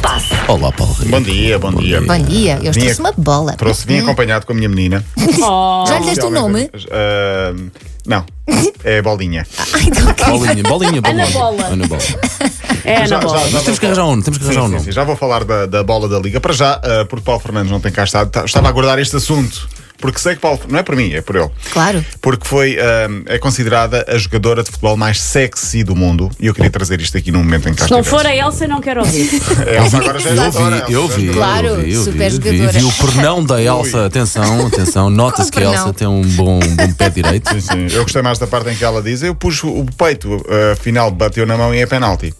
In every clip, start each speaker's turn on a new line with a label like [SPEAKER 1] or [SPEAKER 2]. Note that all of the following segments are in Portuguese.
[SPEAKER 1] passa?
[SPEAKER 2] Olá, Paulo Rico.
[SPEAKER 3] Bom dia, bom, dia.
[SPEAKER 1] Bom dia, Ah, eu
[SPEAKER 3] Vinha-
[SPEAKER 1] trouxe uma bola.
[SPEAKER 3] Trouxe, vim acompanhado com a minha menina.
[SPEAKER 4] Oh,
[SPEAKER 1] Já lhe deste é o nome?
[SPEAKER 3] Ah, não, é bolinha.
[SPEAKER 1] Ai, então, ok.
[SPEAKER 2] Bolinha, bolinha, bolinha.
[SPEAKER 4] Ana Bola.
[SPEAKER 2] Ana Bola.
[SPEAKER 4] é na
[SPEAKER 3] Já-
[SPEAKER 4] bola.
[SPEAKER 3] já- já
[SPEAKER 2] Mas temos que arranjar um, temos que
[SPEAKER 3] Sim,
[SPEAKER 2] arranjar um
[SPEAKER 3] Ah, sim,
[SPEAKER 2] nome.
[SPEAKER 3] sim, já vou falar da, da bola da Liga. Para já, ah, porque Paulo Fernandes não tem cá estado, tá- estava a guardar este assunto. Porque sei que Paulo. Não é por mim, é por ele.
[SPEAKER 1] Claro.
[SPEAKER 3] Porque foi. ah, é considerada a jogadora de futebol mais sexy do mundo. E eu queria trazer isto aqui num momento em que cá
[SPEAKER 4] Se não
[SPEAKER 3] estivesse.
[SPEAKER 4] for a Elsa, não quero ouvir.
[SPEAKER 3] É, Elsa agora já é
[SPEAKER 2] Eu
[SPEAKER 3] jogadora, Elsa
[SPEAKER 2] vi, eu
[SPEAKER 3] já é
[SPEAKER 2] vi.
[SPEAKER 3] jogadora.
[SPEAKER 1] Claro,
[SPEAKER 2] eu vi, eu vi,
[SPEAKER 1] super
[SPEAKER 2] eu vi,
[SPEAKER 1] jogadora.
[SPEAKER 2] Vi o pernão da Elsa. Atenção, atenção. Nota-se que
[SPEAKER 1] Qual
[SPEAKER 2] a
[SPEAKER 1] pernão?
[SPEAKER 2] Elsa tem um bom, bom pé direito.
[SPEAKER 3] Sim, sim. Eu gostei mais da parte em que ela diz: Eu pus o peito, ah, afinal bateu na mão e é penalti.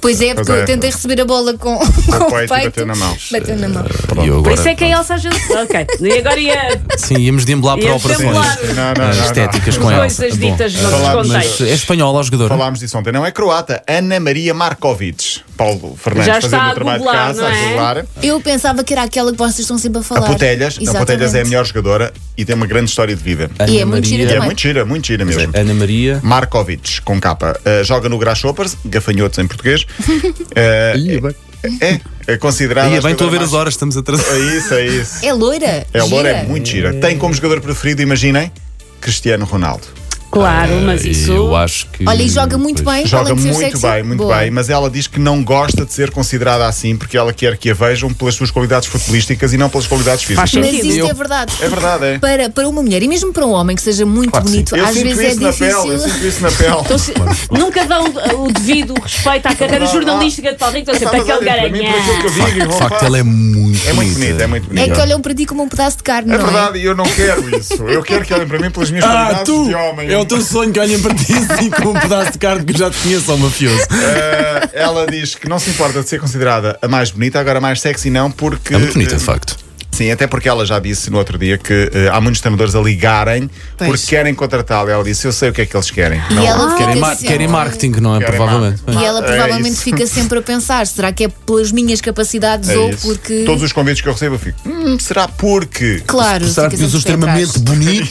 [SPEAKER 1] Pois é, porque
[SPEAKER 3] Pois é.
[SPEAKER 1] eu tentei receber a bola com, com o
[SPEAKER 3] peito e
[SPEAKER 1] peito.
[SPEAKER 3] bateu na mão.
[SPEAKER 1] Bateu na mão.
[SPEAKER 2] E eu
[SPEAKER 4] Por
[SPEAKER 2] agora,
[SPEAKER 4] isso é que a Elsa ajuda. Ok. E agora ia.
[SPEAKER 2] Sim, íamos de embelar para
[SPEAKER 4] Íamos de
[SPEAKER 2] operações
[SPEAKER 4] embelar.
[SPEAKER 2] eh,
[SPEAKER 3] Não, não, não, não.
[SPEAKER 2] estéticas com a Elsa.
[SPEAKER 4] Coisas
[SPEAKER 2] Bom,
[SPEAKER 4] ditas
[SPEAKER 3] Bom,
[SPEAKER 4] noutros
[SPEAKER 3] falámos-
[SPEAKER 2] mas
[SPEAKER 4] contextos.
[SPEAKER 2] é espanhola a jogadora.
[SPEAKER 3] Falámos disso ontem, não é croata, Ana Maria Markovic. Paulo Fernandes
[SPEAKER 4] Já está
[SPEAKER 3] fazendo
[SPEAKER 4] a
[SPEAKER 3] o trabalho de
[SPEAKER 4] googlar,
[SPEAKER 3] casa,
[SPEAKER 4] não
[SPEAKER 3] a
[SPEAKER 4] é?
[SPEAKER 3] googlar.
[SPEAKER 1] Eu pensava que era aquela que vocês estão sempre a
[SPEAKER 3] A
[SPEAKER 1] falar.
[SPEAKER 3] Putelhas, a
[SPEAKER 1] Exatamente.
[SPEAKER 3] Putelhas é a melhor jogadora e tem uma grande história de vida.
[SPEAKER 2] Ana
[SPEAKER 1] E é muito gira
[SPEAKER 3] E é
[SPEAKER 1] também.
[SPEAKER 3] muito gira, muito gira mesmo.
[SPEAKER 2] Ana Maria.
[SPEAKER 3] Markovic, com capa, Uh, joga no Grasshoppers, gafanhotos em português. Uh,
[SPEAKER 2] Ia bem,
[SPEAKER 3] é, é considerada.
[SPEAKER 2] Ia bem, estou a ver
[SPEAKER 3] jogadora
[SPEAKER 2] as horas, estamos atrasados.
[SPEAKER 3] mais- É isso, é isso.
[SPEAKER 1] É loira.
[SPEAKER 3] É, Loura é
[SPEAKER 1] gira.
[SPEAKER 3] muito gira. Tem como jogador preferido, imaginem, Cristiano Ronaldo.
[SPEAKER 4] Claro, mas isso.
[SPEAKER 2] Eu acho que.
[SPEAKER 1] Olha, e joga muito bem.
[SPEAKER 3] Joga
[SPEAKER 1] além de ser
[SPEAKER 3] muito
[SPEAKER 1] sexy.
[SPEAKER 3] bem, muito
[SPEAKER 1] Boa.
[SPEAKER 3] bem, mas ela diz que não gosta de ser considerada assim porque ela quer que a vejam pelas suas qualidades futebolísticas e não pelas qualidades físicas.
[SPEAKER 4] sentido.
[SPEAKER 1] Mas isto
[SPEAKER 2] Eu-
[SPEAKER 1] é verdade.
[SPEAKER 3] É verdade, é.
[SPEAKER 1] Para, para uma mulher e mesmo para um homem que seja muito
[SPEAKER 2] Claro que
[SPEAKER 1] bonito,
[SPEAKER 3] Eu
[SPEAKER 1] às
[SPEAKER 3] sinto
[SPEAKER 1] vezes
[SPEAKER 3] isso
[SPEAKER 1] é
[SPEAKER 3] na pele, eu
[SPEAKER 1] difícil.
[SPEAKER 3] sinto isso na pele.
[SPEAKER 4] Então, se- Nunca dão uh, o devido respeito à carreira
[SPEAKER 3] Não, não.
[SPEAKER 4] jornalística de Paulo Rico, estão
[SPEAKER 3] É
[SPEAKER 4] sempre aquele
[SPEAKER 3] Para mim,
[SPEAKER 4] garanhã.
[SPEAKER 3] por aquilo que eu digo e
[SPEAKER 2] De
[SPEAKER 3] vou
[SPEAKER 2] facto,
[SPEAKER 3] falar.
[SPEAKER 2] ela é muito bonita.
[SPEAKER 3] É muito bonita, é muito bonita.
[SPEAKER 1] É que olham para ti como um pedaço de carne,
[SPEAKER 3] É
[SPEAKER 1] não
[SPEAKER 3] verdade, e eu não quero isso. Eu quero que olhem para mim pelas minhas
[SPEAKER 2] Ah,
[SPEAKER 3] qualidades
[SPEAKER 2] tu!
[SPEAKER 3] de homem.
[SPEAKER 2] É o teu sonho que olhem para ti assim com um pedaço de carne que eu já te conheço, ó mafioso.
[SPEAKER 3] Eh, ela diz que não se importa de ser considerada a mais bonita, agora a mais sexy não, porque.
[SPEAKER 2] É muito bonita,
[SPEAKER 3] eh,
[SPEAKER 2] de facto.
[SPEAKER 3] Sim, até porque ela já disse no outro dia que eh, há muitos treinadores a ligarem
[SPEAKER 1] Pois.
[SPEAKER 3] porque querem contratá-la. Ela disse: Eu sei o que é que eles querem.
[SPEAKER 1] E ela
[SPEAKER 2] Querem,
[SPEAKER 1] fica assim,
[SPEAKER 2] mar-
[SPEAKER 4] assim,
[SPEAKER 1] sempre-
[SPEAKER 2] querem marketing, não é?
[SPEAKER 3] Querem
[SPEAKER 2] Provavelmente.
[SPEAKER 1] E ela
[SPEAKER 3] É
[SPEAKER 1] provavelmente
[SPEAKER 3] isso.
[SPEAKER 1] fica sempre a pensar: será que é pelas minhas capacidades
[SPEAKER 3] É
[SPEAKER 1] ou
[SPEAKER 3] isso.
[SPEAKER 1] porque.
[SPEAKER 3] Todos os convites que eu recebo, eu fico: Hum, será porque.
[SPEAKER 1] Claro,
[SPEAKER 2] Será que
[SPEAKER 1] fica
[SPEAKER 2] diz o
[SPEAKER 1] sempre para trás.
[SPEAKER 2] extremamente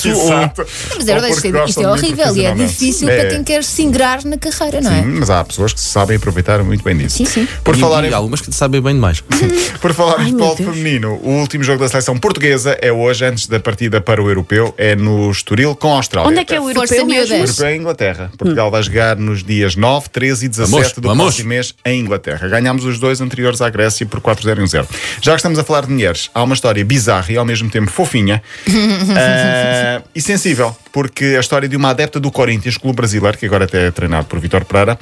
[SPEAKER 2] bonito? ou-
[SPEAKER 3] Exato.
[SPEAKER 1] Mas era
[SPEAKER 3] Ou porque
[SPEAKER 1] deixa isto
[SPEAKER 3] gostam
[SPEAKER 1] é
[SPEAKER 3] de mim
[SPEAKER 1] horrível e é
[SPEAKER 3] profissionalmente.
[SPEAKER 1] difícil
[SPEAKER 3] É.
[SPEAKER 1] para quem quer se ingrar na carreira, não é?
[SPEAKER 3] Hum, Mas há pessoas que sabem aproveitar muito bem disso.
[SPEAKER 1] Sim, sim.
[SPEAKER 3] Por
[SPEAKER 2] e,
[SPEAKER 3] falar em
[SPEAKER 2] e algumas que sabem bem demais.
[SPEAKER 3] Por falar em
[SPEAKER 4] Ai, meu
[SPEAKER 3] futebol
[SPEAKER 4] Deus.
[SPEAKER 3] feminino, o último jogo da seleção portuguesa é hoje, antes da partida para o europeu, é no Estoril com a Austrália.
[SPEAKER 4] Onde é que é o
[SPEAKER 1] Força,
[SPEAKER 4] europeu mesmo?
[SPEAKER 1] miúdas.
[SPEAKER 3] europeu é a Inglaterra. Portugal vai jogar nos dias 9, 13 e 17
[SPEAKER 2] Vamos,
[SPEAKER 3] do
[SPEAKER 2] vamos.
[SPEAKER 3] próximo mês em Inglaterra. Ganhámos os dois anteriores à Grécia por 4-0 e 1-0. Já que estamos a falar de mulheres, há uma história bizarra e ao mesmo tempo fofinha ah, e sensível, porque a história de uma adepta do Corinthians, clube brasileiro, que agora até é treinado por Vitor Pereira,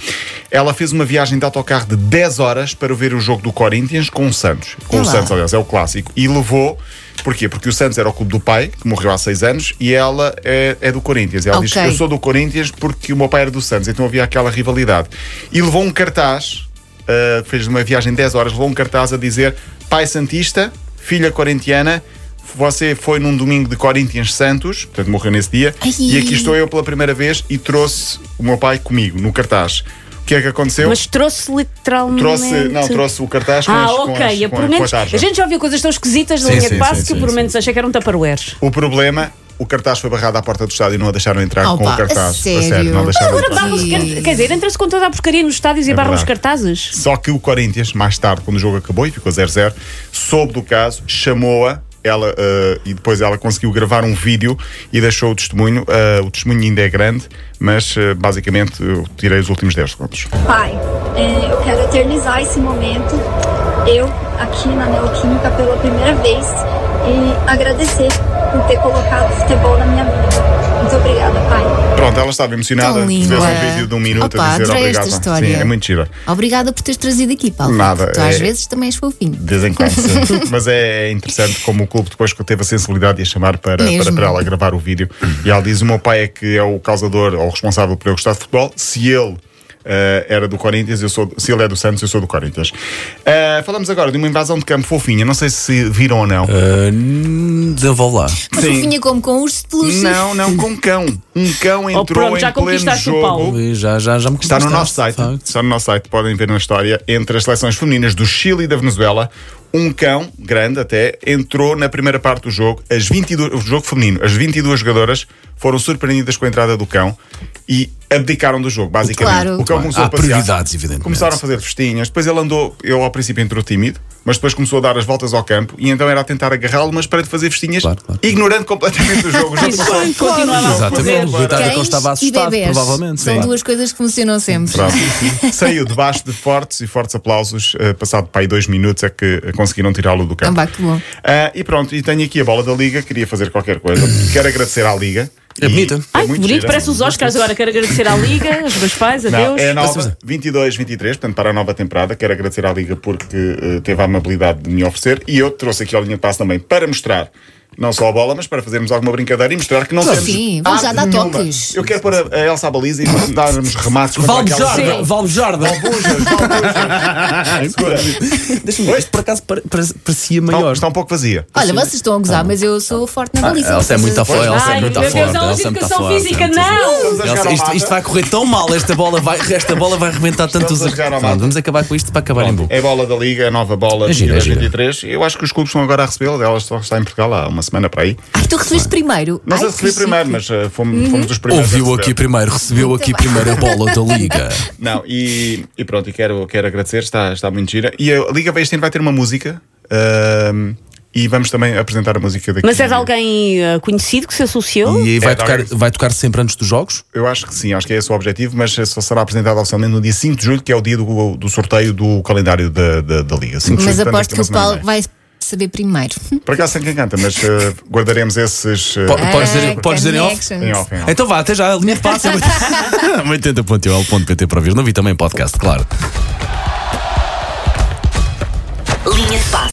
[SPEAKER 3] ela fez uma viagem de autocarro de 10 horas para ver o jogo do Corinthians com o Santos. Com o
[SPEAKER 1] Olá.
[SPEAKER 3] Santos, aliás, é o clássico. E levou. Porquê? Porque o Santos era o clube do pai, que morreu há 6 anos, e ela é, é do Corinthians. Ela diz:
[SPEAKER 1] Ok.
[SPEAKER 3] Eu sou do Corinthians porque o meu pai era do Santos, então havia aquela rivalidade. E levou um cartaz, ah, fez uma viagem de 10 horas, levou um cartaz a dizer: Pai Santista, filha corintiana, você foi num domingo de Corinthians Santos, portanto morreu nesse dia,
[SPEAKER 1] Ai.
[SPEAKER 3] e aqui estou eu pela primeira vez e trouxe o meu pai comigo, no cartaz. O que é que aconteceu?
[SPEAKER 4] Mas trouxe literalmente.
[SPEAKER 3] Trouxe, não, trouxe o cartaz com
[SPEAKER 4] Ah,
[SPEAKER 3] as, com
[SPEAKER 4] ok.
[SPEAKER 3] as-
[SPEAKER 4] Eu,
[SPEAKER 3] com
[SPEAKER 4] por
[SPEAKER 3] a- com a
[SPEAKER 4] menos, a
[SPEAKER 3] tarja.
[SPEAKER 4] gente já ouviu coisas tão esquisitas na
[SPEAKER 2] Sim,
[SPEAKER 4] linha
[SPEAKER 2] sim,
[SPEAKER 4] de passe
[SPEAKER 2] sim,
[SPEAKER 4] que por
[SPEAKER 2] sim,
[SPEAKER 4] menos achei que eram tupperwares.
[SPEAKER 3] O problema, o cartaz foi barrado à porta do estádio e não a deixaram entrar
[SPEAKER 1] Opa,
[SPEAKER 3] com o
[SPEAKER 1] a
[SPEAKER 3] cartaz.
[SPEAKER 1] sério?
[SPEAKER 3] não deixaram
[SPEAKER 1] Agora
[SPEAKER 3] entrar.
[SPEAKER 1] dá-
[SPEAKER 4] Barram-se
[SPEAKER 1] E-
[SPEAKER 4] car- Quer dizer, entra-se com toda a porcaria nos estádios e barram os
[SPEAKER 3] É verdade.
[SPEAKER 4] cartazes.
[SPEAKER 3] Só que o Corinthians, mais tarde, quando o jogo acabou e ficou 0-0, soube do caso, chamou-a. Ela, eh, e depois ela conseguiu gravar um vídeo e deixou o testemunho. Eh, o testemunho ainda é grande, mas eh, basicamente eu tirei os últimos 10 segundos.
[SPEAKER 5] Pai, é, eu quero eternizar esse momento. Eu, aqui na Neoquímica, pela primeira vez, e agradecer por ter colocado futebol na minha vida. Muito obrigada, pai.
[SPEAKER 3] Pronto, ela estava emocionada.
[SPEAKER 1] Tão
[SPEAKER 3] Fez
[SPEAKER 1] linda.
[SPEAKER 3] um vídeo de um minuto
[SPEAKER 1] Opa,
[SPEAKER 3] a dizer
[SPEAKER 1] adorei
[SPEAKER 3] obrigado.
[SPEAKER 1] esta história.
[SPEAKER 3] Sim, é muito gira.
[SPEAKER 1] Obrigada por teres trazido aqui, Paulo.
[SPEAKER 3] Nada,
[SPEAKER 1] Tu às
[SPEAKER 3] é-
[SPEAKER 1] vezes também és fofinho.
[SPEAKER 3] De vez em quando, sim. Mas é interessante como o clube depois que teve a sensibilidade de a chamar para,
[SPEAKER 1] Mesmo.
[SPEAKER 3] para, para ela gravar o vídeo. E ela diz: O meu pai é que é o causador ou o responsável por eu gostar de futebol. Se ele. eh, era do Corinthians, eu sou, se ele é do Santos, eu sou do Corinthians. Eh, falamos agora de uma invasão de campo fofinha, não sei se viram ou
[SPEAKER 4] É.
[SPEAKER 3] não.
[SPEAKER 2] Ah, hum, Desenvolve lá.
[SPEAKER 1] Mas fofinha como com urso de peluche.
[SPEAKER 3] Não, não, com cão. Um cão entrou
[SPEAKER 4] Oh, pronto,
[SPEAKER 3] em
[SPEAKER 4] já
[SPEAKER 3] pleno
[SPEAKER 4] conquistaste o Paulo.
[SPEAKER 3] jogo.
[SPEAKER 2] Ali Já, já, já me
[SPEAKER 3] Oh. Está
[SPEAKER 2] conquistaste,
[SPEAKER 3] no nosso site.
[SPEAKER 2] de facto.
[SPEAKER 3] Está no nosso site, podem ver na história. Entre as seleções femininas do Chile e da Venezuela, Um cão, grande até, entrou na primeira parte do jogo, as 22, o jogo feminino. As 22 jogadoras foram surpreendidas com a entrada do cão e abdicaram do jogo, basicamente.
[SPEAKER 1] Claro.
[SPEAKER 3] O cão Então começou
[SPEAKER 2] Há
[SPEAKER 3] a passear.
[SPEAKER 2] prioridades, evidentemente.
[SPEAKER 3] Começaram a fazer festinhas, depois ele andou, ele ao princípio entrou tímido, mas depois começou a dar as voltas ao campo e então era a tentar agarrá-lo, mas para de fazer festinhas,
[SPEAKER 2] Claro, claro.
[SPEAKER 3] ignorando completamente o jogo. O jogo passou-
[SPEAKER 4] Sim, continuava a fazer.
[SPEAKER 2] Exatamente. O Ricardo é que ele
[SPEAKER 1] Cães
[SPEAKER 2] estava
[SPEAKER 1] e
[SPEAKER 2] assustado,
[SPEAKER 1] bebés.
[SPEAKER 2] provavelmente.
[SPEAKER 1] São
[SPEAKER 2] Sim.
[SPEAKER 1] duas coisas que funcionam sempre.
[SPEAKER 3] Pronto. Saiu debaixo de fortes e fortes aplausos. eh, passado para aí dois minutos é que eh, conseguiram tirá-lo do campo.
[SPEAKER 1] Ah, pá, que bom.
[SPEAKER 3] Ah, e pronto, e tenho aqui a bola da Liga. Queria fazer qualquer coisa. Quero agradecer à Liga.
[SPEAKER 2] É
[SPEAKER 3] E-
[SPEAKER 2] bonita.
[SPEAKER 3] é
[SPEAKER 4] Ai, que
[SPEAKER 3] muito
[SPEAKER 4] bonito,
[SPEAKER 1] um
[SPEAKER 3] gira.
[SPEAKER 4] parece os Oscars. Agora quero agradecer à Liga, aos meus pais, a
[SPEAKER 3] Não,
[SPEAKER 4] Deus.
[SPEAKER 3] é a
[SPEAKER 2] Passamos
[SPEAKER 3] nova
[SPEAKER 2] a-
[SPEAKER 3] 22, 23, portanto, para a nova temporada. Quero agradecer à Liga porque eh, teve a amabilidade de me oferecer. E eu trouxe aqui a linha de passo também para mostrar. Não só a bola, mas para fazermos alguma brincadeira e mostrar que não temos
[SPEAKER 1] sim, vamos já
[SPEAKER 3] arte
[SPEAKER 1] dar
[SPEAKER 3] nenhuma.
[SPEAKER 1] toques.
[SPEAKER 3] Eu quero pôr a, a Elsa à baliza e darmos remates contra aquela...
[SPEAKER 2] Valbejarda,
[SPEAKER 4] Sim.
[SPEAKER 2] Valbejarda. Deixa-me ver, isto por acaso pare- pare- parecia
[SPEAKER 3] Está,
[SPEAKER 2] é maior.
[SPEAKER 3] está um pouco vazia.
[SPEAKER 1] Olha, vocês estão a gozar, mas eu sou forte na baliza.
[SPEAKER 2] Ah, Elsa é muito à fora, Elsa
[SPEAKER 4] Ai,
[SPEAKER 2] é muito à
[SPEAKER 4] meu Deus,
[SPEAKER 2] forte,
[SPEAKER 4] aulas de
[SPEAKER 2] Elsa é muito à
[SPEAKER 4] educação
[SPEAKER 2] forte, Elsa
[SPEAKER 4] física,
[SPEAKER 2] é muito à
[SPEAKER 4] não!
[SPEAKER 3] Vamos a
[SPEAKER 2] Elsa,
[SPEAKER 3] chegar ao
[SPEAKER 2] isto,
[SPEAKER 3] mata.
[SPEAKER 2] isto vai correr tão mal, esta bola vai, esta bola vai arrebentar tantos.
[SPEAKER 3] Estamos a chegar ao mata.
[SPEAKER 2] Pronto, vamos acabar com isto para acabar em bom.
[SPEAKER 3] É a bola da Liga, a nova bola
[SPEAKER 2] É
[SPEAKER 3] de
[SPEAKER 2] gira, é gira.
[SPEAKER 3] 2023. Eu acho que os clubes estão agora a recebê-la. Ela só está em Portugal há uma semana para aí.
[SPEAKER 1] Ai, tu recebeste primeiro.
[SPEAKER 3] Nós
[SPEAKER 1] Ai,
[SPEAKER 3] a recebi
[SPEAKER 1] que Uhum.
[SPEAKER 3] primeiro, mas eh, fomos, fomos os primeiros. a
[SPEAKER 2] Ouviu
[SPEAKER 3] receber.
[SPEAKER 2] aqui primeiro, recebeu
[SPEAKER 1] Muito
[SPEAKER 2] aqui
[SPEAKER 1] bem.
[SPEAKER 2] primeiro a bola da liga.
[SPEAKER 3] Não, e, e pronto, e quero, quero agradecer, está, está muito gira. E a Liga vai- este ano vai ter uma música. ahm, e vamos também apresentar a música daqui.
[SPEAKER 4] Mas és alguém eh, conhecido que se associou?
[SPEAKER 2] E vai,
[SPEAKER 3] É,
[SPEAKER 2] tocar,
[SPEAKER 3] dá-lhe-
[SPEAKER 2] vai tocar sempre antes dos jogos?
[SPEAKER 3] Eu acho que sim, acho que é esse o objetivo, mas só será apresentada oficialmente no dia 5 de julho, que é o dia do, do sorteio do calendário da, da, da Liga. 5 de
[SPEAKER 1] Mas
[SPEAKER 3] julho, portanto, é
[SPEAKER 1] aposto
[SPEAKER 3] daqui
[SPEAKER 1] que
[SPEAKER 3] a uma
[SPEAKER 1] o
[SPEAKER 3] semana e
[SPEAKER 1] Paulo
[SPEAKER 3] meia.
[SPEAKER 1] vai saber primeiro.
[SPEAKER 3] Por acaso sem quem canta, mas eh, guardaremos esses. eh,
[SPEAKER 2] Po- Podes dizer-
[SPEAKER 1] Ah,
[SPEAKER 2] podes dizer em off?
[SPEAKER 1] connections.
[SPEAKER 3] em off, em off.
[SPEAKER 2] Então vá, até já, a linha de passo é 80.ol.pt para ouvir. Não vi também podcast, claro.